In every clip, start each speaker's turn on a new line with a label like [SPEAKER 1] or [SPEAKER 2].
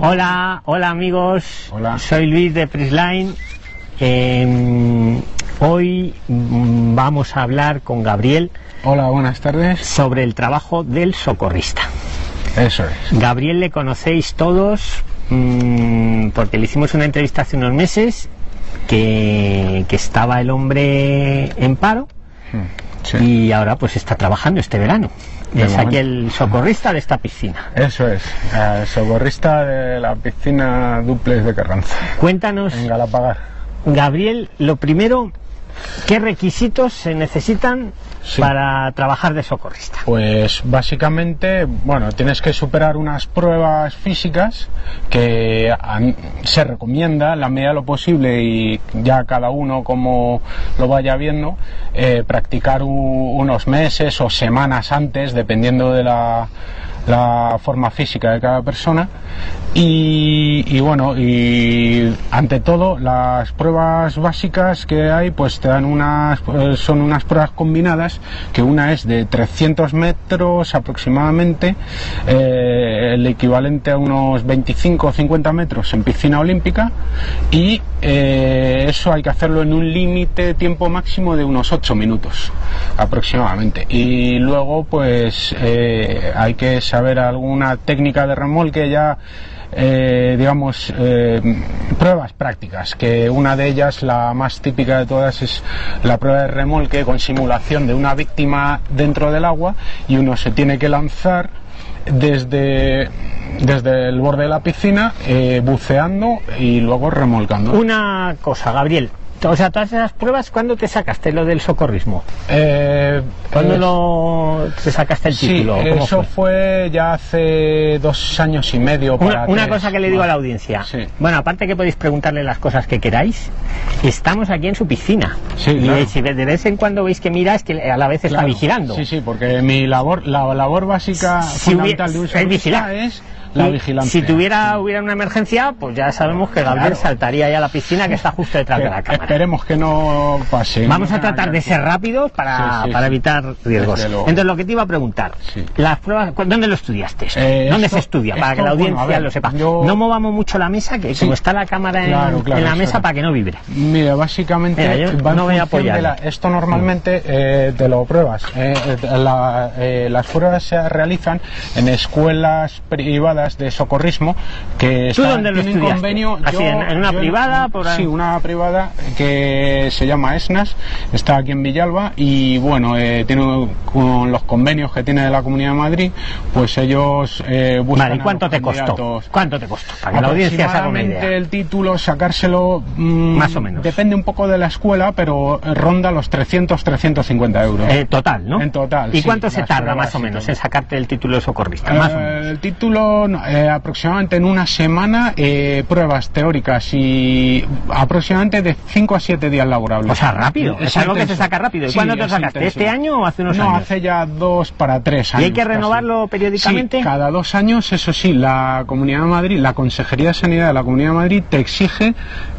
[SPEAKER 1] Hola, hola amigos.
[SPEAKER 2] Hola.
[SPEAKER 1] Soy Luis de Prisline. Eh, hoy mm, vamos a hablar con Gabriel
[SPEAKER 2] Hola, buenas tardes.
[SPEAKER 1] sobre el trabajo del socorrista.
[SPEAKER 2] Eso es.
[SPEAKER 1] Gabriel le conocéis todos mm, porque le hicimos una entrevista hace unos meses que, que estaba el hombre en paro
[SPEAKER 2] Hmm, Sí.
[SPEAKER 1] y ahora pues está trabajando este verano.
[SPEAKER 2] De
[SPEAKER 1] es aquí
[SPEAKER 2] momento.
[SPEAKER 1] el socorrista de esta piscina.
[SPEAKER 2] Eso es. eh, socorrista de la piscina duplex de Carranza.
[SPEAKER 1] Cuéntanos
[SPEAKER 2] En Galapagar.
[SPEAKER 1] Gabriel, lo primero, ¿qué requisitos se necesitan
[SPEAKER 2] Sí.
[SPEAKER 1] para trabajar de socorrista?
[SPEAKER 2] Pues básicamente, bueno, tienes que superar unas pruebas físicas que an- se recomienda en la medida de lo posible y ya cada uno como lo vaya viendo, eh, practicar u- unos meses o semanas antes, dependiendo de la, la forma física de cada persona. Y, y bueno, y ante todo, las pruebas básicas que hay, pues te dan unas, eh, son unas pruebas combinadas, que una es de 300 metros aproximadamente, eh, el equivalente a unos 25 o 50 metros en piscina olímpica, y eh, eso hay que hacerlo en un límite de tiempo máximo de unos 8 minutos aproximadamente. Y luego, pues eh, hay que saber alguna técnica de remolque ya eh, digamos, eh, pruebas prácticas, que una de ellas, la más típica de todas, es la prueba de remolque con simulación de una víctima dentro del agua y uno se tiene que lanzar desde, desde el borde de la piscina, eh, buceando y luego remolcando.
[SPEAKER 1] Una cosa, Gabriel. O sea, todas esas pruebas, ¿cuándo te sacaste lo del socorrismo?
[SPEAKER 2] Eh,
[SPEAKER 1] ¿Cuándo
[SPEAKER 2] eh,
[SPEAKER 1] lo te sacaste el
[SPEAKER 2] Sí,
[SPEAKER 1] título? ¿Cómo
[SPEAKER 2] eso
[SPEAKER 1] fue?
[SPEAKER 2] fue ya hace dos años y medio.
[SPEAKER 1] Una,
[SPEAKER 2] para
[SPEAKER 1] una
[SPEAKER 2] tres,
[SPEAKER 1] cosa que le digo a la
[SPEAKER 2] más.
[SPEAKER 1] audiencia.
[SPEAKER 2] Sí.
[SPEAKER 1] Bueno, aparte que podéis preguntarle las cosas que queráis, estamos aquí en su piscina.
[SPEAKER 2] Sí,
[SPEAKER 1] y
[SPEAKER 2] claro.
[SPEAKER 1] si de vez en cuando veis que mira, es que a la vez está
[SPEAKER 2] Claro.
[SPEAKER 1] vigilando.
[SPEAKER 2] Sí, sí, porque mi labor, la labor básica
[SPEAKER 1] Si
[SPEAKER 2] fundamental
[SPEAKER 1] hubiera-
[SPEAKER 2] de un
[SPEAKER 1] es
[SPEAKER 2] socorrista
[SPEAKER 1] vigilar.
[SPEAKER 2] es la
[SPEAKER 1] Y
[SPEAKER 2] vigilancia.
[SPEAKER 1] Mm, Si tuviera hubiera una emergencia, pues ya sabemos que Gabriel
[SPEAKER 2] Claro.
[SPEAKER 1] saltaría ya a la piscina que está justo detrás
[SPEAKER 2] Que-
[SPEAKER 1] de la cámara.
[SPEAKER 2] Esperemos que no pase.
[SPEAKER 1] Vamos
[SPEAKER 2] No
[SPEAKER 1] a tratar de ser rápidos para,
[SPEAKER 2] Sí, sí,
[SPEAKER 1] para
[SPEAKER 2] sí.
[SPEAKER 1] evitar riesgos.
[SPEAKER 2] Desde luego.
[SPEAKER 1] Entonces, lo que te iba a preguntar,
[SPEAKER 2] Sí.
[SPEAKER 1] las pruebas, cu- ¿dónde lo estudiaste? esto?
[SPEAKER 2] Eh,
[SPEAKER 1] ¿Dónde
[SPEAKER 2] esto-
[SPEAKER 1] se estudia? Para
[SPEAKER 2] esto,
[SPEAKER 1] que la
[SPEAKER 2] bueno,
[SPEAKER 1] audiencia
[SPEAKER 2] a ver,
[SPEAKER 1] lo sepa.
[SPEAKER 2] yo-
[SPEAKER 1] No movamos mucho la mesa, que
[SPEAKER 2] Sí.
[SPEAKER 1] como está la cámara en,
[SPEAKER 2] Claro, claro,
[SPEAKER 1] en la
[SPEAKER 2] eso
[SPEAKER 1] mesa,
[SPEAKER 2] es.
[SPEAKER 1] para que no vibre.
[SPEAKER 2] Mira, básicamente
[SPEAKER 1] Mira, yo
[SPEAKER 2] va en
[SPEAKER 1] no voy a Mm.
[SPEAKER 2] función de
[SPEAKER 1] apoyar.
[SPEAKER 2] la- esto normalmente eh, te lo pruebas. eh, eh, la- eh, las pruebas se realizan en escuelas privadas de socorrismo que
[SPEAKER 1] ¿Tú dónde lo
[SPEAKER 2] tienen
[SPEAKER 1] estudiaste?
[SPEAKER 2] convenio.
[SPEAKER 1] Así, en- en una privada, por ahí.
[SPEAKER 2] Sí, una privada que se llama ESNAS, está aquí en Villalba y bueno, eh, tiene con los convenios que tiene de la Comunidad de Madrid, pues ellos eh, buscan.
[SPEAKER 1] Vale, ¿y
[SPEAKER 2] a
[SPEAKER 1] cuánto
[SPEAKER 2] los
[SPEAKER 1] te costó?
[SPEAKER 2] candidatos.
[SPEAKER 1] ¿Cuánto te costó? Para que la audiencia se haga una
[SPEAKER 2] Aproximadamente
[SPEAKER 1] idea.
[SPEAKER 2] el título, sacárselo. mm,
[SPEAKER 1] Más o menos.
[SPEAKER 2] Depende un poco de la escuela, pero eh, ronda los 300-350 euros.
[SPEAKER 1] Eh, total, ¿no?
[SPEAKER 2] En total,
[SPEAKER 1] ¿Y
[SPEAKER 2] sí,
[SPEAKER 1] cuánto se
[SPEAKER 2] las
[SPEAKER 1] tarda
[SPEAKER 2] pruebas
[SPEAKER 1] más o
[SPEAKER 2] y
[SPEAKER 1] menos
[SPEAKER 2] todo.
[SPEAKER 1] en sacarte el título de socorrista?
[SPEAKER 2] Eh,
[SPEAKER 1] Más o menos.
[SPEAKER 2] El título no, eh, aproximadamente en una semana, eh, pruebas teóricas y aproximadamente de 5 a 7 días laborables.
[SPEAKER 1] O sea, rápido,
[SPEAKER 2] Es
[SPEAKER 1] es algo que se
[SPEAKER 2] intenso.
[SPEAKER 1] saca rápido. ¿Y
[SPEAKER 2] Sí,
[SPEAKER 1] cuándo te lo
[SPEAKER 2] es
[SPEAKER 1] sacaste?
[SPEAKER 2] intenso.
[SPEAKER 1] ¿Este año o hace unos
[SPEAKER 2] no,
[SPEAKER 1] años?
[SPEAKER 2] hace ya dos para tres
[SPEAKER 1] ¿Y
[SPEAKER 2] años.
[SPEAKER 1] hay que
[SPEAKER 2] casi.
[SPEAKER 1] renovarlo periódicamente?
[SPEAKER 2] Sí, cada dos años, eso sí, la Comunidad de Madrid, la Consejería de Sanidad de la Comunidad de Madrid te exige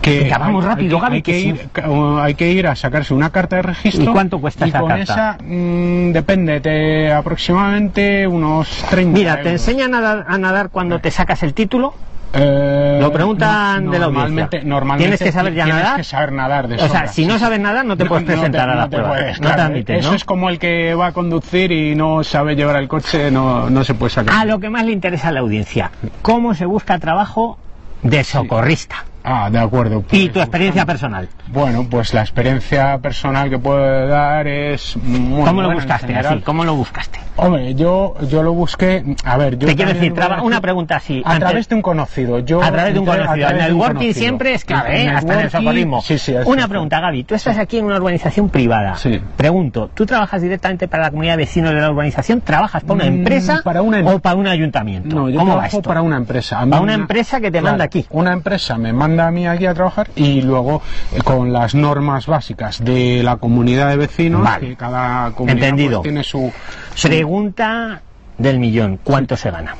[SPEAKER 2] que.
[SPEAKER 1] Venga, vamos rápido,
[SPEAKER 2] hay,
[SPEAKER 1] Gaby,
[SPEAKER 2] hay que,
[SPEAKER 1] que sí.
[SPEAKER 2] ir, ca- o hay que ir a sacarse una carta de registro.
[SPEAKER 1] ¿Y cuánto cuesta
[SPEAKER 2] y
[SPEAKER 1] esa
[SPEAKER 2] con
[SPEAKER 1] carta?
[SPEAKER 2] esa, mm, depende, te, aproximadamente unos 30.
[SPEAKER 1] Mira, te
[SPEAKER 2] euros.
[SPEAKER 1] enseñan a nadar, a nadar cuando te sacas el título.
[SPEAKER 2] Eh,
[SPEAKER 1] Lo preguntan
[SPEAKER 2] no-
[SPEAKER 1] de la
[SPEAKER 2] normalmente,
[SPEAKER 1] audiencia.
[SPEAKER 2] normalmente
[SPEAKER 1] ¿Tienes que saber ya
[SPEAKER 2] tienes
[SPEAKER 1] nadar?
[SPEAKER 2] que saber nadar de
[SPEAKER 1] O sea,
[SPEAKER 2] sobra,
[SPEAKER 1] si
[SPEAKER 2] sí,
[SPEAKER 1] no
[SPEAKER 2] sí.
[SPEAKER 1] sabes nadar, no te puedes
[SPEAKER 2] te-
[SPEAKER 1] presentar a la
[SPEAKER 2] no te
[SPEAKER 1] prueba.
[SPEAKER 2] puedes,
[SPEAKER 1] no te
[SPEAKER 2] claro.
[SPEAKER 1] admiten,
[SPEAKER 2] Eso
[SPEAKER 1] ¿no?
[SPEAKER 2] es como el que va a conducir y no sabe llevar el coche, no, no se puede sacar.
[SPEAKER 1] A Ah, lo que más le interesa a la audiencia, ¿cómo se busca trabajo de socorrista?
[SPEAKER 2] Ah, de acuerdo.
[SPEAKER 1] Y
[SPEAKER 2] pues,
[SPEAKER 1] tu experiencia personal.
[SPEAKER 2] Bueno, pues la experiencia personal que puedo dar es muy
[SPEAKER 1] ¿Cómo lo
[SPEAKER 2] buena en
[SPEAKER 1] buscaste?
[SPEAKER 2] general.
[SPEAKER 1] Así, ¿Cómo lo buscaste?
[SPEAKER 2] Hombre, yo, yo lo busqué, a ver, yo...
[SPEAKER 1] Te quiero
[SPEAKER 2] también
[SPEAKER 1] decir,
[SPEAKER 2] lo
[SPEAKER 1] traba-
[SPEAKER 2] busqué
[SPEAKER 1] una pregunta así.
[SPEAKER 2] A
[SPEAKER 1] antes-
[SPEAKER 2] través de un conocido, yo...
[SPEAKER 1] a través de un
[SPEAKER 2] entré a
[SPEAKER 1] conocido. El
[SPEAKER 2] través de un
[SPEAKER 1] networking
[SPEAKER 2] conocido.
[SPEAKER 1] siempre es clave, ¿eh?
[SPEAKER 2] El
[SPEAKER 1] hasta en el
[SPEAKER 2] networking,
[SPEAKER 1] socorrismo.
[SPEAKER 2] Sí, sí, así
[SPEAKER 1] una
[SPEAKER 2] es.
[SPEAKER 1] pregunta, Gaby. Tú estás aquí en una urbanización privada.
[SPEAKER 2] Sí.
[SPEAKER 1] Pregunto, ¿tú trabajas directamente para la comunidad de vecinos de la urbanización? ¿Trabajas para una
[SPEAKER 2] Mm,
[SPEAKER 1] empresa
[SPEAKER 2] para una em-
[SPEAKER 1] o para un ayuntamiento?
[SPEAKER 2] No, yo
[SPEAKER 1] ¿Cómo va
[SPEAKER 2] trabajo
[SPEAKER 1] esto?
[SPEAKER 2] para una empresa. A
[SPEAKER 1] Para una empresa que te manda aquí.
[SPEAKER 2] Una empresa me manda a mí aquí a trabajar y luego eh, con las normas básicas de la comunidad de vecinos,
[SPEAKER 1] Vale.
[SPEAKER 2] que cada comunidad
[SPEAKER 1] Entendido.
[SPEAKER 2] pues, tiene su...
[SPEAKER 1] Pregunta del millón, ¿cuánto se gana?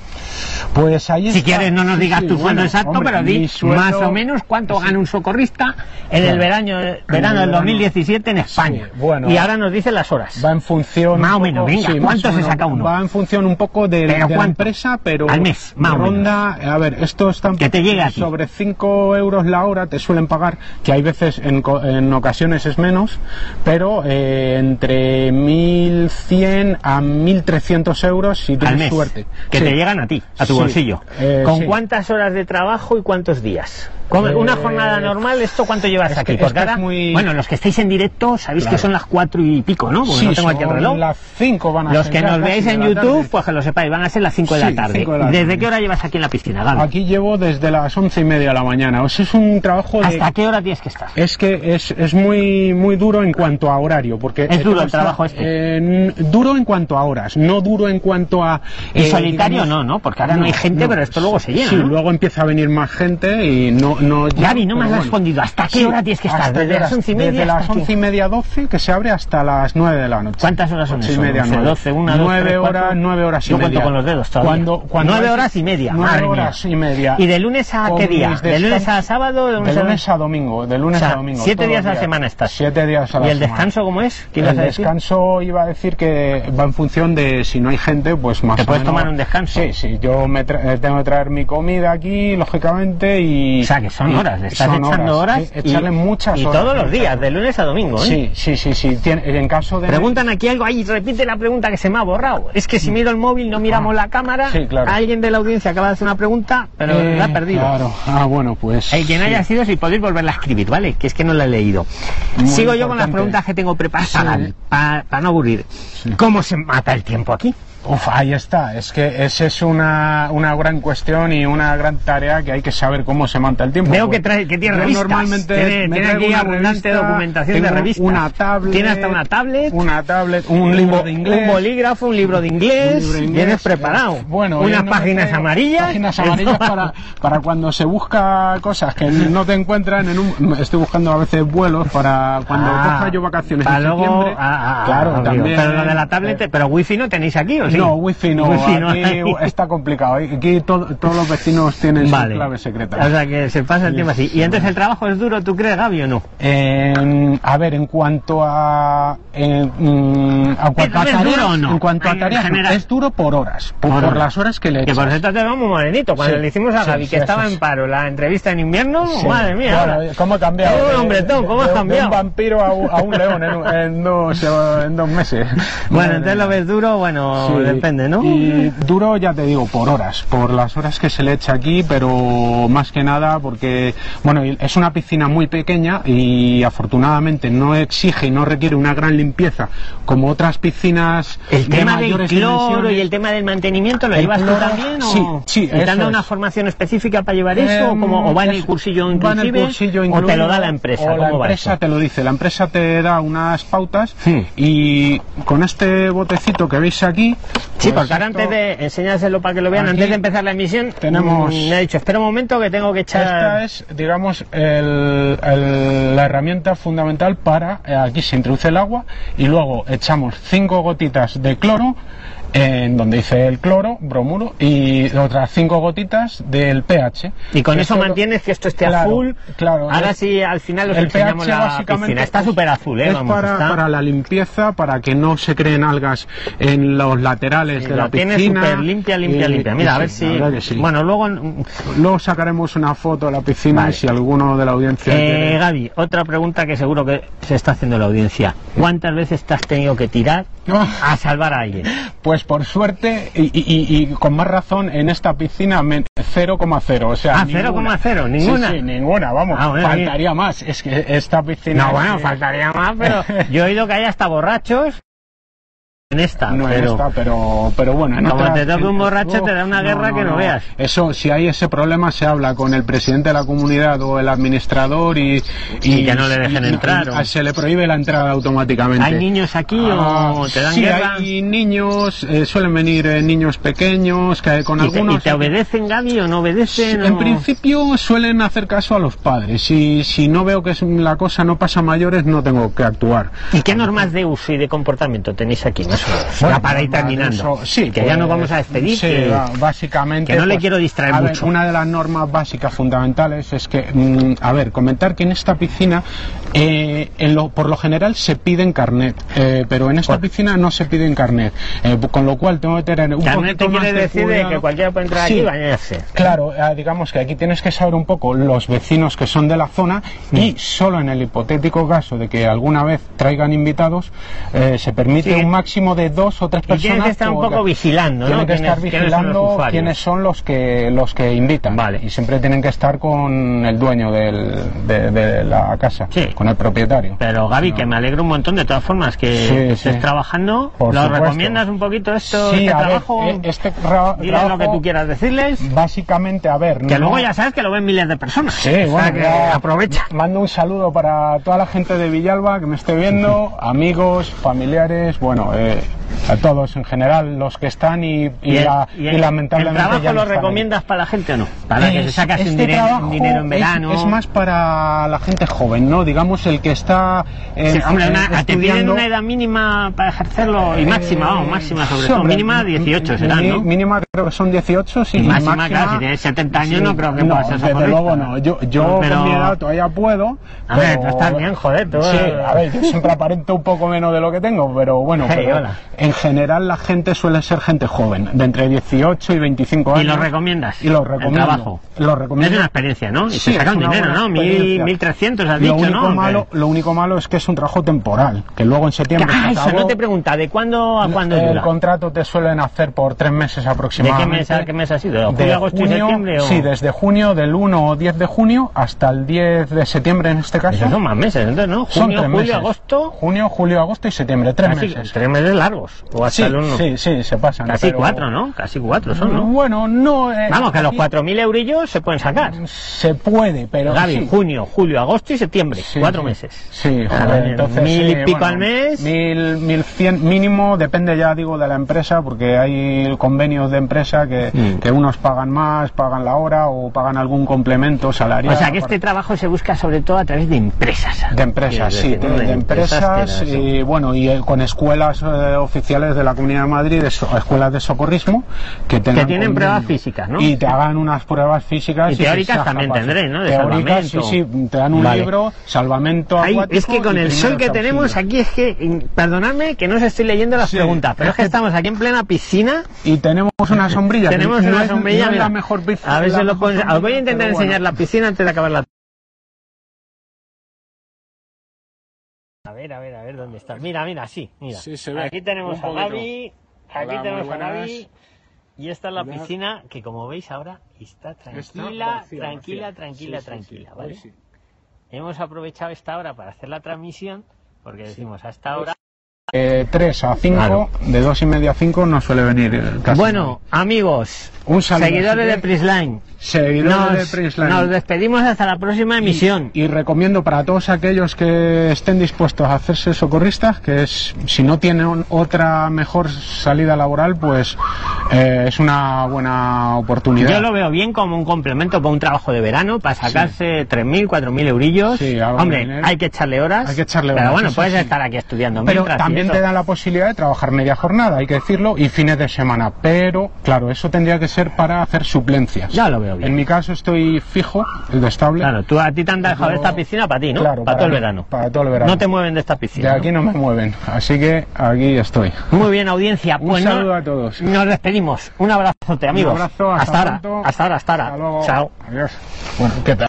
[SPEAKER 2] Pues ahí
[SPEAKER 1] Si
[SPEAKER 2] está.
[SPEAKER 1] quieres no nos
[SPEAKER 2] Sí,
[SPEAKER 1] digas
[SPEAKER 2] sí,
[SPEAKER 1] tu sueldo
[SPEAKER 2] bueno,
[SPEAKER 1] exacto,
[SPEAKER 2] hombre,
[SPEAKER 1] pero
[SPEAKER 2] mi
[SPEAKER 1] di
[SPEAKER 2] sueldo-
[SPEAKER 1] más o menos cuánto gana un socorrista en
[SPEAKER 2] Claro.
[SPEAKER 1] el verano, verano
[SPEAKER 2] el
[SPEAKER 1] del
[SPEAKER 2] verano.
[SPEAKER 1] 2017 en España.
[SPEAKER 2] bueno.
[SPEAKER 1] y ahora nos dicen las horas.
[SPEAKER 2] Va en función.
[SPEAKER 1] Más
[SPEAKER 2] un
[SPEAKER 1] o menos,
[SPEAKER 2] poco-
[SPEAKER 1] venga,
[SPEAKER 2] más
[SPEAKER 1] ¿cuánto
[SPEAKER 2] o
[SPEAKER 1] se
[SPEAKER 2] menos.
[SPEAKER 1] saca uno?
[SPEAKER 2] Va en función un poco de,
[SPEAKER 1] ¿Pero
[SPEAKER 2] de la
[SPEAKER 1] cuánto?
[SPEAKER 2] empresa, pero.
[SPEAKER 1] Al mes, más o
[SPEAKER 2] ronda, a ver, esto está.
[SPEAKER 1] Que te llegue a ti.
[SPEAKER 2] Sobre 5 euros la hora te suelen pagar, que hay veces, en, co- en ocasiones es menos, pero eh, entre 1.100 a 1.300 euros si
[SPEAKER 1] al
[SPEAKER 2] tienes
[SPEAKER 1] mes
[SPEAKER 2] suerte.
[SPEAKER 1] que
[SPEAKER 2] Sí.
[SPEAKER 1] te llegan a ti, a tu
[SPEAKER 2] Sí.
[SPEAKER 1] bolsillo.
[SPEAKER 2] Eh,
[SPEAKER 1] ¿Con
[SPEAKER 2] sí.
[SPEAKER 1] cuántas horas de trabajo y cuántos días? ¿Con
[SPEAKER 2] Eh,
[SPEAKER 1] una jornada normal, ¿esto cuánto llevas
[SPEAKER 2] es que-
[SPEAKER 1] aquí?
[SPEAKER 2] es
[SPEAKER 1] Porque
[SPEAKER 2] que es
[SPEAKER 1] ahora,
[SPEAKER 2] muy-
[SPEAKER 1] bueno, los que estáis en directo sabéis
[SPEAKER 2] Claro.
[SPEAKER 1] que son las cuatro y pico, ¿no? Porque
[SPEAKER 2] Sí,
[SPEAKER 1] no tengo aquí el
[SPEAKER 2] son
[SPEAKER 1] reloj.
[SPEAKER 2] Las 5 van a
[SPEAKER 1] Los
[SPEAKER 2] ser
[SPEAKER 1] que
[SPEAKER 2] ya
[SPEAKER 1] nos
[SPEAKER 2] casi
[SPEAKER 1] veáis
[SPEAKER 2] de
[SPEAKER 1] en
[SPEAKER 2] la
[SPEAKER 1] YouTube,
[SPEAKER 2] tarde.
[SPEAKER 1] pues que lo sepáis, van a ser las 5 de,
[SPEAKER 2] Sí,
[SPEAKER 1] la tarde.
[SPEAKER 2] cinco de la tarde.
[SPEAKER 1] ¿Desde qué hora llevas aquí en la piscina, Gaby?
[SPEAKER 2] Aquí llevo desde las once y media de la mañana. O sea, es un trabajo de.
[SPEAKER 1] ¿Hasta qué hora tienes que estar?
[SPEAKER 2] Es que es, es muy muy duro en cuanto a horario, porque
[SPEAKER 1] ¿Es duro el
[SPEAKER 2] está-
[SPEAKER 1] trabajo este?
[SPEAKER 2] eh, n- duro en cuanto a horas, no duro en cuanto a eh,
[SPEAKER 1] Y solitario no, ¿no? Porque ahora no hay gente, pero esto luego se llena,
[SPEAKER 2] Sí,
[SPEAKER 1] ¿no?
[SPEAKER 2] luego empieza a venir más gente y no no.
[SPEAKER 1] Gaby, no me has
[SPEAKER 2] Eh, pero bueno.
[SPEAKER 1] respondido. ¿Hasta qué
[SPEAKER 2] Sí,
[SPEAKER 1] hora tienes que estar?
[SPEAKER 2] hasta
[SPEAKER 1] ¿Desde las once y media?
[SPEAKER 2] Desde
[SPEAKER 1] hasta
[SPEAKER 2] las
[SPEAKER 1] qué?
[SPEAKER 2] once y media doce que se abre hasta las nueve de la noche.
[SPEAKER 1] ¿Cuántas horas son
[SPEAKER 2] Ocho y
[SPEAKER 1] eso?
[SPEAKER 2] media,
[SPEAKER 1] Once,
[SPEAKER 2] nueve.
[SPEAKER 1] doce, una, dos,
[SPEAKER 2] nueve
[SPEAKER 1] tres, cuatro.
[SPEAKER 2] horas, nueve horas y
[SPEAKER 1] Yo
[SPEAKER 2] media.
[SPEAKER 1] cuento con los dedos todavía.
[SPEAKER 2] Cuando, cuando
[SPEAKER 1] Nueve
[SPEAKER 2] hay-
[SPEAKER 1] horas y media,
[SPEAKER 2] Nueve
[SPEAKER 1] madre mía.
[SPEAKER 2] horas y media.
[SPEAKER 1] ¿Y de lunes a
[SPEAKER 2] Con
[SPEAKER 1] qué día?
[SPEAKER 2] mis
[SPEAKER 1] ¿De lunes a
[SPEAKER 2] descansos-
[SPEAKER 1] sábado? o ¿De lunes
[SPEAKER 2] de
[SPEAKER 1] a
[SPEAKER 2] lunes a domingo, de lunes
[SPEAKER 1] O sea,
[SPEAKER 2] a domingo.
[SPEAKER 1] siete
[SPEAKER 2] todos
[SPEAKER 1] días a la
[SPEAKER 2] los
[SPEAKER 1] semana estás.
[SPEAKER 2] Siete días a la
[SPEAKER 1] ¿Y
[SPEAKER 2] semana.
[SPEAKER 1] el descanso cómo es? ¿Qué
[SPEAKER 2] El
[SPEAKER 1] ibas a decir?
[SPEAKER 2] descanso iba a decir que va en función de si no hay gente, pues más
[SPEAKER 1] ¿Te
[SPEAKER 2] o
[SPEAKER 1] puedes
[SPEAKER 2] menos-
[SPEAKER 1] tomar un descanso?
[SPEAKER 2] Sí, sí, yo me tra- eh, tengo que traer mi comida aquí, lógicamente, y...
[SPEAKER 1] O sea, que son
[SPEAKER 2] y-
[SPEAKER 1] horas, le estás
[SPEAKER 2] son
[SPEAKER 1] echando horas,
[SPEAKER 2] sí, echarle
[SPEAKER 1] y,
[SPEAKER 2] muchas
[SPEAKER 1] y
[SPEAKER 2] horas.
[SPEAKER 1] todos los
[SPEAKER 2] muchas
[SPEAKER 1] días,
[SPEAKER 2] horas.
[SPEAKER 1] de lunes a domingo, ¿eh?
[SPEAKER 2] Sí, sí, sí, sí. tiene- en caso de...
[SPEAKER 1] Preguntan aquí algo, ahí repite la pregunta que se me ha borrado. Es que si miro el móvil, no miramos la cámara,
[SPEAKER 2] Ah. Sí, claro.
[SPEAKER 1] alguien de la audiencia acaba de hacer una pregunta, pero
[SPEAKER 2] Eh,
[SPEAKER 1] la ha perdido.
[SPEAKER 2] Claro. Ah, bueno, pues...
[SPEAKER 1] El quien
[SPEAKER 2] sí.
[SPEAKER 1] haya sido, si podéis volverla a escribir, ¿vale? Que es que no la he leído.
[SPEAKER 2] Muy
[SPEAKER 1] Sigo yo con las
[SPEAKER 2] importante.
[SPEAKER 1] preguntas que tengo preparadas
[SPEAKER 2] Sí.
[SPEAKER 1] para, para- para no aburrir. ¿Cómo se mata el tiempo aquí?
[SPEAKER 2] Uf, ahí está. Es que esa es una, una gran cuestión y una gran tarea que hay que saber cómo se manta el tiempo.
[SPEAKER 1] Veo
[SPEAKER 2] Pues,
[SPEAKER 1] que, trae, que tiene
[SPEAKER 2] yo
[SPEAKER 1] revistas.
[SPEAKER 2] Normalmente
[SPEAKER 1] tiene,
[SPEAKER 2] me
[SPEAKER 1] tiene
[SPEAKER 2] traigo
[SPEAKER 1] aquí
[SPEAKER 2] una
[SPEAKER 1] abundante
[SPEAKER 2] revista,
[SPEAKER 1] documentación de
[SPEAKER 2] tengo
[SPEAKER 1] revistas.
[SPEAKER 2] Una tablet.
[SPEAKER 1] Tiene hasta una tablet.
[SPEAKER 2] Una tablet, un libro de inglés.
[SPEAKER 1] un bolígrafo, un libro de
[SPEAKER 2] un
[SPEAKER 1] inglés,
[SPEAKER 2] libro de inglés,
[SPEAKER 1] Pues, vienes preparado.
[SPEAKER 2] eh, Bueno, yo
[SPEAKER 1] unas
[SPEAKER 2] no me
[SPEAKER 1] páginas
[SPEAKER 2] traigo
[SPEAKER 1] amarillas.
[SPEAKER 2] Páginas amarillas para, para cuando se busca cosas que no te encuentran. En un, estoy buscando a veces vuelos para cuando
[SPEAKER 1] Ah,
[SPEAKER 2] coja yo vacaciones.
[SPEAKER 1] para
[SPEAKER 2] en
[SPEAKER 1] luego,
[SPEAKER 2] septiembre.
[SPEAKER 1] ah, ah,
[SPEAKER 2] claro,
[SPEAKER 1] amigo,
[SPEAKER 2] también.
[SPEAKER 1] Pero lo de la tablet,
[SPEAKER 2] eh,
[SPEAKER 1] pero wifi no tenéis aquí, ¿o sí?
[SPEAKER 2] No, wifi no.
[SPEAKER 1] Wifi no
[SPEAKER 2] aquí
[SPEAKER 1] hay.
[SPEAKER 2] está complicado. ¿eh? Aquí to- todos los vecinos tienen
[SPEAKER 1] Vale.
[SPEAKER 2] su clave
[SPEAKER 1] O
[SPEAKER 2] secreta.
[SPEAKER 1] sea que se pasa el tiempo así. ¿Y entonces el trabajo es duro, tú crees, Gaby, o no?
[SPEAKER 2] En- a ver, en cuanto a, en, mm, a cuanto a
[SPEAKER 1] ¿Es
[SPEAKER 2] tareas,
[SPEAKER 1] duro o no?
[SPEAKER 2] en cuanto a
[SPEAKER 1] En
[SPEAKER 2] tareas, no.
[SPEAKER 1] general.
[SPEAKER 2] es duro por horas, por,
[SPEAKER 1] Por
[SPEAKER 2] por
[SPEAKER 1] horas.
[SPEAKER 2] las horas que le
[SPEAKER 1] Que
[SPEAKER 2] echas.
[SPEAKER 1] por cierto te veo muy morenito. Cuando
[SPEAKER 2] Sí,
[SPEAKER 1] le hicimos a
[SPEAKER 2] sí,
[SPEAKER 1] Gaby
[SPEAKER 2] sí,
[SPEAKER 1] que
[SPEAKER 2] sí,
[SPEAKER 1] estaba
[SPEAKER 2] sí.
[SPEAKER 1] en paro la entrevista en invierno,
[SPEAKER 2] Sí.
[SPEAKER 1] Oh, madre mía.
[SPEAKER 2] Bueno,
[SPEAKER 1] ahora.
[SPEAKER 2] ¿Cómo ha
[SPEAKER 1] Eh,
[SPEAKER 2] cambiado?
[SPEAKER 1] un hombretón, ¿cómo
[SPEAKER 2] de-
[SPEAKER 1] has
[SPEAKER 2] de
[SPEAKER 1] cambiado?
[SPEAKER 2] un vampiro a un, a un león en, un- en dos, en dos meses.
[SPEAKER 1] Bueno,
[SPEAKER 2] Madre
[SPEAKER 1] entonces
[SPEAKER 2] mía.
[SPEAKER 1] lo ves duro, bueno,
[SPEAKER 2] Sí,
[SPEAKER 1] depende, ¿no?
[SPEAKER 2] Y duro, ya te digo, por horas, por las horas que se le echa aquí, pero más que nada porque, bueno, y- es una piscina muy pequeña y afortunadamente no exige y no requiere una gran limpieza como otras piscinas
[SPEAKER 1] El
[SPEAKER 2] de
[SPEAKER 1] tema del
[SPEAKER 2] mayores
[SPEAKER 1] cloro y
[SPEAKER 2] dimensiones.
[SPEAKER 1] el tema del mantenimiento, ¿lo
[SPEAKER 2] El
[SPEAKER 1] llevas tú
[SPEAKER 2] cloro,
[SPEAKER 1] también?
[SPEAKER 2] sí,
[SPEAKER 1] o
[SPEAKER 2] sí,
[SPEAKER 1] ¿Te
[SPEAKER 2] eso
[SPEAKER 1] dan una
[SPEAKER 2] es.
[SPEAKER 1] formación específica para llevar eso? ¿O,
[SPEAKER 2] Em,
[SPEAKER 1] como, o va en el
[SPEAKER 2] eso,
[SPEAKER 1] cursillo
[SPEAKER 2] va en el
[SPEAKER 1] inclusive?
[SPEAKER 2] cursillo
[SPEAKER 1] ¿O te lo da
[SPEAKER 2] incluido,
[SPEAKER 1] la empresa?
[SPEAKER 2] O la
[SPEAKER 1] ¿Cómo va
[SPEAKER 2] empresa
[SPEAKER 1] eso?
[SPEAKER 2] te lo dice. La empresa te da unas pautas
[SPEAKER 1] Hmm.
[SPEAKER 2] y con este botecito que veis aquí.
[SPEAKER 1] Sí,
[SPEAKER 2] pues
[SPEAKER 1] porque ahora
[SPEAKER 2] esto-
[SPEAKER 1] antes de enseñárselo para que lo vean,
[SPEAKER 2] Aquí
[SPEAKER 1] antes de empezar la emisión,
[SPEAKER 2] tenemos-
[SPEAKER 1] mm, me ha dicho, espera un momento que tengo que
[SPEAKER 2] Esta
[SPEAKER 1] echar...
[SPEAKER 2] es, digamos, el- el- la herramienta fundamental para. eh, aquí se introduce el agua y luego echamos cinco gotitas de cloro, eh, en donde dice el cloro, bromuro, y otras cinco gotitas del pH.
[SPEAKER 1] Y con eso
[SPEAKER 2] Esto lo-
[SPEAKER 1] mantienes que esto esté
[SPEAKER 2] Claro,
[SPEAKER 1] azul.
[SPEAKER 2] claro,
[SPEAKER 1] Ahora
[SPEAKER 2] es-
[SPEAKER 1] sí, al final los
[SPEAKER 2] el
[SPEAKER 1] enseñamos
[SPEAKER 2] pH
[SPEAKER 1] la
[SPEAKER 2] básicamente
[SPEAKER 1] piscina. Está
[SPEAKER 2] es-
[SPEAKER 1] súper azul, ¿eh?
[SPEAKER 2] es
[SPEAKER 1] Vamos,
[SPEAKER 2] para,
[SPEAKER 1] está-
[SPEAKER 2] para la limpieza, para que no se creen algas en los laterales de
[SPEAKER 1] la
[SPEAKER 2] la piscina.
[SPEAKER 1] tiene súper limpia, limpia,
[SPEAKER 2] Y-
[SPEAKER 1] limpia.
[SPEAKER 2] y
[SPEAKER 1] Mira, a
[SPEAKER 2] sí,
[SPEAKER 1] ver
[SPEAKER 2] la
[SPEAKER 1] si...
[SPEAKER 2] verdad que sí.
[SPEAKER 1] Bueno, luego... mm,
[SPEAKER 2] Luego sacaremos una foto de la piscina
[SPEAKER 1] Vale.
[SPEAKER 2] si alguno de la audiencia
[SPEAKER 1] Eh,
[SPEAKER 2] quiere.
[SPEAKER 1] Gaby, otra pregunta que seguro que se está haciendo la audiencia. ¿Cuántas veces te has tenido que tirar a salvar a alguien?
[SPEAKER 2] Pues por suerte y, y- y- y con más razón en esta piscina men- 0,0. O sea,
[SPEAKER 1] Ah, 0,0, ninguna.
[SPEAKER 2] Sí, sí, ninguna, vamos.
[SPEAKER 1] Ah, bueno,
[SPEAKER 2] faltaría más. Es que esta piscina.
[SPEAKER 1] No, bueno,
[SPEAKER 2] sí.
[SPEAKER 1] faltaría más, pero yo he oído que hay hasta borrachos en esta,
[SPEAKER 2] no en
[SPEAKER 1] Ah, pero-
[SPEAKER 2] esta, pero, pero bueno. en
[SPEAKER 1] Como
[SPEAKER 2] otras
[SPEAKER 1] te toque un
[SPEAKER 2] que-
[SPEAKER 1] borracho, te da una guerra que no veas.
[SPEAKER 2] Eso, si hay ese problema, se habla con el presidente de la comunidad o el administrador y.
[SPEAKER 1] Y ya no le dejan entrar, ¿o?
[SPEAKER 2] Se le prohíbe la entrada automáticamente.
[SPEAKER 1] ¿Hay niños aquí
[SPEAKER 2] Ah,
[SPEAKER 1] o te dan
[SPEAKER 2] sí,
[SPEAKER 1] guerra?
[SPEAKER 2] hay niños, eh, suelen venir eh, niños pequeños, que con
[SPEAKER 1] ¿Y te,
[SPEAKER 2] algunos.
[SPEAKER 1] y te obedecen, Gaby, o no obedecen?
[SPEAKER 2] En
[SPEAKER 1] o-
[SPEAKER 2] principio suelen hacer caso a los padres. Si, si no veo que es- la cosa no pasa a mayores, no tengo que actuar.
[SPEAKER 1] ¿Y qué normas de uso y de comportamiento tenéis aquí? Más o menos?
[SPEAKER 2] Bueno,
[SPEAKER 1] ya para ir
[SPEAKER 2] vale,
[SPEAKER 1] terminando.
[SPEAKER 2] eso- sí,
[SPEAKER 1] que ya
[SPEAKER 2] pues,
[SPEAKER 1] nos vamos a despedir.
[SPEAKER 2] sí,
[SPEAKER 1] que-
[SPEAKER 2] va- básicamente. pues,
[SPEAKER 1] que no le quiero distraer
[SPEAKER 2] a ver,
[SPEAKER 1] mucho.
[SPEAKER 2] una de las normas básicas fundamentales es que, mm, a ver, comentar que en esta piscina, eh, en lo- por lo general se piden carnet, eh, pero en esta piscina no se piden carnet, eh, con lo cual tengo que tener un
[SPEAKER 1] Carnet
[SPEAKER 2] poquito
[SPEAKER 1] te
[SPEAKER 2] más
[SPEAKER 1] quiere
[SPEAKER 2] de
[SPEAKER 1] decir de
[SPEAKER 2] cuidado.
[SPEAKER 1] que cualquiera puede entrar aquí
[SPEAKER 2] Sí.
[SPEAKER 1] y bañarse.
[SPEAKER 2] Claro, eh, digamos que aquí tienes que saber un poco los vecinos que son de la zona
[SPEAKER 1] Mm.
[SPEAKER 2] y solo en el hipotético caso de que alguna vez traigan invitados eh, se permite
[SPEAKER 1] Sí.
[SPEAKER 2] un máximo de dos o tres
[SPEAKER 1] Y
[SPEAKER 2] personas.
[SPEAKER 1] tienes que estar un
[SPEAKER 2] por-
[SPEAKER 1] poco vigilando, ¿no?
[SPEAKER 2] Tienen que estar
[SPEAKER 1] Quiénes- quiénes son los
[SPEAKER 2] vigilando
[SPEAKER 1] usuarios.
[SPEAKER 2] quiénes son los que los que invitan.
[SPEAKER 1] Vale.
[SPEAKER 2] Y siempre tienen que estar con el dueño del- de, de la casa,
[SPEAKER 1] Sí.
[SPEAKER 2] con el propietario.
[SPEAKER 1] Pero Gaby, que me alegro un montón de todas formas que
[SPEAKER 2] Sí,
[SPEAKER 1] estés
[SPEAKER 2] sí.
[SPEAKER 1] trabajando.
[SPEAKER 2] Por
[SPEAKER 1] ¿Lo
[SPEAKER 2] supuesto.
[SPEAKER 1] recomiendas un poquito esto,
[SPEAKER 2] Sí,
[SPEAKER 1] este
[SPEAKER 2] a ver,
[SPEAKER 1] trabajo?
[SPEAKER 2] eh, este tra-
[SPEAKER 1] Diles lo
[SPEAKER 2] trabajo,
[SPEAKER 1] que tú quieras decirles.
[SPEAKER 2] Básicamente, a ver.
[SPEAKER 1] Que
[SPEAKER 2] no-
[SPEAKER 1] luego ya sabes que lo ven miles de personas.
[SPEAKER 2] Sí,
[SPEAKER 1] O sea,
[SPEAKER 2] bueno,
[SPEAKER 1] que
[SPEAKER 2] ya
[SPEAKER 1] aprovecha.
[SPEAKER 2] Mando un saludo para toda la gente de Villalba que me esté viendo, amigos, familiares, bueno, eh, a todos en general, los que están y, y
[SPEAKER 1] el-
[SPEAKER 2] la-
[SPEAKER 1] y
[SPEAKER 2] y
[SPEAKER 1] el-
[SPEAKER 2] lamentablemente.
[SPEAKER 1] ¿El
[SPEAKER 2] ya
[SPEAKER 1] trabajo
[SPEAKER 2] no
[SPEAKER 1] lo
[SPEAKER 2] están ahí.
[SPEAKER 1] recomiendas para la gente o no? Para que se
[SPEAKER 2] Es-
[SPEAKER 1] sacas un
[SPEAKER 2] este
[SPEAKER 1] dinero, un
[SPEAKER 2] trabajo
[SPEAKER 1] dinero en
[SPEAKER 2] es-
[SPEAKER 1] verano.
[SPEAKER 2] Es, más para la gente joven, ¿no? Digamos, el que está. eh,
[SPEAKER 1] Sí, hombre,
[SPEAKER 2] eh,
[SPEAKER 1] una- te piden
[SPEAKER 2] estudiando.
[SPEAKER 1] una edad mínima para ejercerlo y máxima, vamos, máxima sobre
[SPEAKER 2] Sí,
[SPEAKER 1] todo.
[SPEAKER 2] hombre,
[SPEAKER 1] Mínima 18 serán,
[SPEAKER 2] mi-
[SPEAKER 1] ¿no?
[SPEAKER 2] Mínima creo que son 18, sí.
[SPEAKER 1] Y máxima, claro, si tienes 70 años no creo que
[SPEAKER 2] no,
[SPEAKER 1] puedas ser
[SPEAKER 2] desde
[SPEAKER 1] socorrista.
[SPEAKER 2] luego no. Yo, yo
[SPEAKER 1] Pero-
[SPEAKER 2] con mi edad todavía puedo.
[SPEAKER 1] A ver,
[SPEAKER 2] pero-
[SPEAKER 1] tú estás bien, joder, tú- eh.
[SPEAKER 2] Sí, a ver, yo siempre aparento un poco menos de lo que tengo, pero bueno.
[SPEAKER 1] Hey,
[SPEAKER 2] pero
[SPEAKER 1] hola.
[SPEAKER 2] En general la gente suele ser gente joven, de entre 18 y 25 años.
[SPEAKER 1] Y lo recomiendas.
[SPEAKER 2] Y lo
[SPEAKER 1] el
[SPEAKER 2] recomiendo.
[SPEAKER 1] trabajo.
[SPEAKER 2] Lo recomiendo.
[SPEAKER 1] Es una experiencia, ¿no? Y
[SPEAKER 2] Sí,
[SPEAKER 1] se saca
[SPEAKER 2] es
[SPEAKER 1] un
[SPEAKER 2] una
[SPEAKER 1] dinero,
[SPEAKER 2] buena
[SPEAKER 1] ¿no? Mil,
[SPEAKER 2] experiencia.
[SPEAKER 1] 1300 has
[SPEAKER 2] lo
[SPEAKER 1] dicho,
[SPEAKER 2] único
[SPEAKER 1] ¿no?
[SPEAKER 2] malo, lo único malo es que es un trabajo temporal, que luego en septiembre
[SPEAKER 1] Ah,
[SPEAKER 2] se
[SPEAKER 1] eso
[SPEAKER 2] acabó.
[SPEAKER 1] no te pregunta, ¿de cuándo a cuándo
[SPEAKER 2] Eh, el
[SPEAKER 1] dura?
[SPEAKER 2] contrato te suelen hacer por tres meses
[SPEAKER 1] ¿De qué
[SPEAKER 2] aproximadamente.
[SPEAKER 1] mes, a qué mes ha sido?
[SPEAKER 2] De
[SPEAKER 1] ¿Julio, agosto y
[SPEAKER 2] junio-
[SPEAKER 1] septiembre? O...
[SPEAKER 2] Sí, desde junio, del 1 o 10 de junio hasta el 10 de septiembre en este caso.
[SPEAKER 1] Esos son más meses, entonces, ¿no?
[SPEAKER 2] Son
[SPEAKER 1] Junio,
[SPEAKER 2] tres
[SPEAKER 1] julio,
[SPEAKER 2] meses.
[SPEAKER 1] agosto.
[SPEAKER 2] Junio, julio, agosto y septiembre, tres
[SPEAKER 1] Casi,
[SPEAKER 2] meses.
[SPEAKER 1] tres meses largos. O hasta
[SPEAKER 2] Sí,
[SPEAKER 1] el uno.
[SPEAKER 2] sí, sí, se pasan.
[SPEAKER 1] Casi
[SPEAKER 2] pero-
[SPEAKER 1] cuatro, ¿no? Casi cuatro son, ¿no?
[SPEAKER 2] Bueno, no. eh,
[SPEAKER 1] Vamos, que los
[SPEAKER 2] sí,
[SPEAKER 1] 4.000 eurillos se pueden sacar.
[SPEAKER 2] Se puede, pero.
[SPEAKER 1] Gaby,
[SPEAKER 2] sí.
[SPEAKER 1] junio, julio, agosto y septiembre.
[SPEAKER 2] Sí,
[SPEAKER 1] cuatro
[SPEAKER 2] sí.
[SPEAKER 1] meses.
[SPEAKER 2] Sí,
[SPEAKER 1] A
[SPEAKER 2] joder,
[SPEAKER 1] ver,
[SPEAKER 2] entonces,
[SPEAKER 1] mil y
[SPEAKER 2] sí,
[SPEAKER 1] pico
[SPEAKER 2] bueno,
[SPEAKER 1] al mes.
[SPEAKER 2] Mil, mil cien mínimo, depende ya, digo, de la empresa, porque hay convenios de empresa que,
[SPEAKER 1] Mm.
[SPEAKER 2] que unos pagan más, pagan la hora o pagan algún complemento salarial.
[SPEAKER 1] O sea que
[SPEAKER 2] para-
[SPEAKER 1] este trabajo se busca sobre todo a través de empresas.
[SPEAKER 2] de empresas,
[SPEAKER 1] Quieres
[SPEAKER 2] sí,
[SPEAKER 1] decir, ¿no?
[SPEAKER 2] de, de empresas
[SPEAKER 1] tienes,
[SPEAKER 2] y bueno, y eh, con escuelas eh, oficiales de la Comunidad de Madrid, de so- escuelas de socorrismo, que, tengan
[SPEAKER 1] Que tienen
[SPEAKER 2] convenio.
[SPEAKER 1] pruebas físicas, ¿no?
[SPEAKER 2] Y te hagan unas pruebas físicas.
[SPEAKER 1] Y
[SPEAKER 2] si
[SPEAKER 1] teóricas
[SPEAKER 2] seas
[SPEAKER 1] también
[SPEAKER 2] capaz.
[SPEAKER 1] tendréis, ¿no? De
[SPEAKER 2] Teóricas, sí,
[SPEAKER 1] salvamento.
[SPEAKER 2] sí, te dan un
[SPEAKER 1] Vale.
[SPEAKER 2] libro, salvamento
[SPEAKER 1] Ay,
[SPEAKER 2] acuático
[SPEAKER 1] es que con
[SPEAKER 2] y
[SPEAKER 1] el sol
[SPEAKER 2] primeros
[SPEAKER 1] que tenemos
[SPEAKER 2] auxilios.
[SPEAKER 1] aquí es que, mm, perdonadme que no os estoy leyendo las
[SPEAKER 2] Sí.
[SPEAKER 1] preguntas, pero es que estamos aquí en plena piscina,
[SPEAKER 2] Y tenemos una sombrilla. que
[SPEAKER 1] tenemos
[SPEAKER 2] no
[SPEAKER 1] una
[SPEAKER 2] es-
[SPEAKER 1] sombrilla,
[SPEAKER 2] no es
[SPEAKER 1] mira.
[SPEAKER 2] la mejor piscina.
[SPEAKER 1] a ver si
[SPEAKER 2] la
[SPEAKER 1] lo
[SPEAKER 2] mejor
[SPEAKER 1] podéis- os voy a
[SPEAKER 2] sombrilla,
[SPEAKER 1] intentar
[SPEAKER 2] pero bueno.
[SPEAKER 1] enseñar la piscina antes de acabar la... A ver, a ver, a ver, ¿dónde está? Mira, mira, sí, mira.
[SPEAKER 2] Sí, se ve
[SPEAKER 1] Aquí tenemos
[SPEAKER 2] un
[SPEAKER 1] a
[SPEAKER 2] poquito.
[SPEAKER 1] Gaby, aquí
[SPEAKER 2] Hola, muy
[SPEAKER 1] tenemos a
[SPEAKER 2] buenas.
[SPEAKER 1] Gaby, y esta es la piscina que como veis ahora está tranquila,
[SPEAKER 2] vacía,
[SPEAKER 1] tranquila,
[SPEAKER 2] vacía. Sí,
[SPEAKER 1] tranquila,
[SPEAKER 2] sí, sí.
[SPEAKER 1] tranquila,
[SPEAKER 2] Hoy
[SPEAKER 1] ¿vale?
[SPEAKER 2] sí.
[SPEAKER 1] Hemos aprovechado esta hora para hacer la transmisión, porque decimos hasta ahora...
[SPEAKER 2] Eh, 3 a 5,
[SPEAKER 1] Claro.
[SPEAKER 2] de 2 y media a 5 no suele venir. eh, casi
[SPEAKER 1] Bueno, amigos,
[SPEAKER 2] Un saludo,
[SPEAKER 1] seguidores
[SPEAKER 2] así que-
[SPEAKER 1] de Prisline,
[SPEAKER 2] Seguidores de
[SPEAKER 1] nos,
[SPEAKER 2] Prisline.
[SPEAKER 1] nos despedimos hasta la próxima emisión.
[SPEAKER 2] Y recomiendo para todos aquellos que estén dispuestos a hacerse socorristas, que es, si no tienen otra mejor salida laboral, pues eh, es una buena oportunidad.
[SPEAKER 1] Yo lo veo bien como un complemento para un trabajo de verano, para sacarse 3.000, 4.000 eurillos.
[SPEAKER 2] Sí, algo de
[SPEAKER 1] Hombre,
[SPEAKER 2] dinero.
[SPEAKER 1] hay que echarle horas.
[SPEAKER 2] Hay que echarle
[SPEAKER 1] Pero
[SPEAKER 2] horas,
[SPEAKER 1] bueno,
[SPEAKER 2] eso
[SPEAKER 1] puedes
[SPEAKER 2] sí.
[SPEAKER 1] estar aquí estudiando.
[SPEAKER 2] pero
[SPEAKER 1] mientras y
[SPEAKER 2] también
[SPEAKER 1] eso.
[SPEAKER 2] te dan la posibilidad de trabajar media jornada, hay que decirlo, y fines de semana. Pero, claro, eso tendría que ser para hacer suplencias.
[SPEAKER 1] Ya lo veo bien.
[SPEAKER 2] En mi caso estoy fijo, el de estable.
[SPEAKER 1] Claro, tú a ti te han dejado
[SPEAKER 2] Yo-
[SPEAKER 1] esta piscina para ti, ¿no?
[SPEAKER 2] Claro,
[SPEAKER 1] para,
[SPEAKER 2] para
[SPEAKER 1] todo el
[SPEAKER 2] mí,
[SPEAKER 1] verano.
[SPEAKER 2] para todo el verano.
[SPEAKER 1] No te mueven de esta
[SPEAKER 2] De
[SPEAKER 1] piscina.
[SPEAKER 2] aquí no me mueven, así que aquí estoy.
[SPEAKER 1] ¿no? Muy bien, audiencia.
[SPEAKER 2] Un
[SPEAKER 1] pues no-
[SPEAKER 2] saludo a todos.
[SPEAKER 1] Nos despedimos. Un abrazote, amigos.
[SPEAKER 2] Un abrazo, hasta
[SPEAKER 1] hasta ahora.
[SPEAKER 2] pronto.
[SPEAKER 1] Hasta ahora, hasta ahora.
[SPEAKER 2] Hasta luego.
[SPEAKER 1] Chao.
[SPEAKER 2] Adiós. Bueno, ¿qué tal?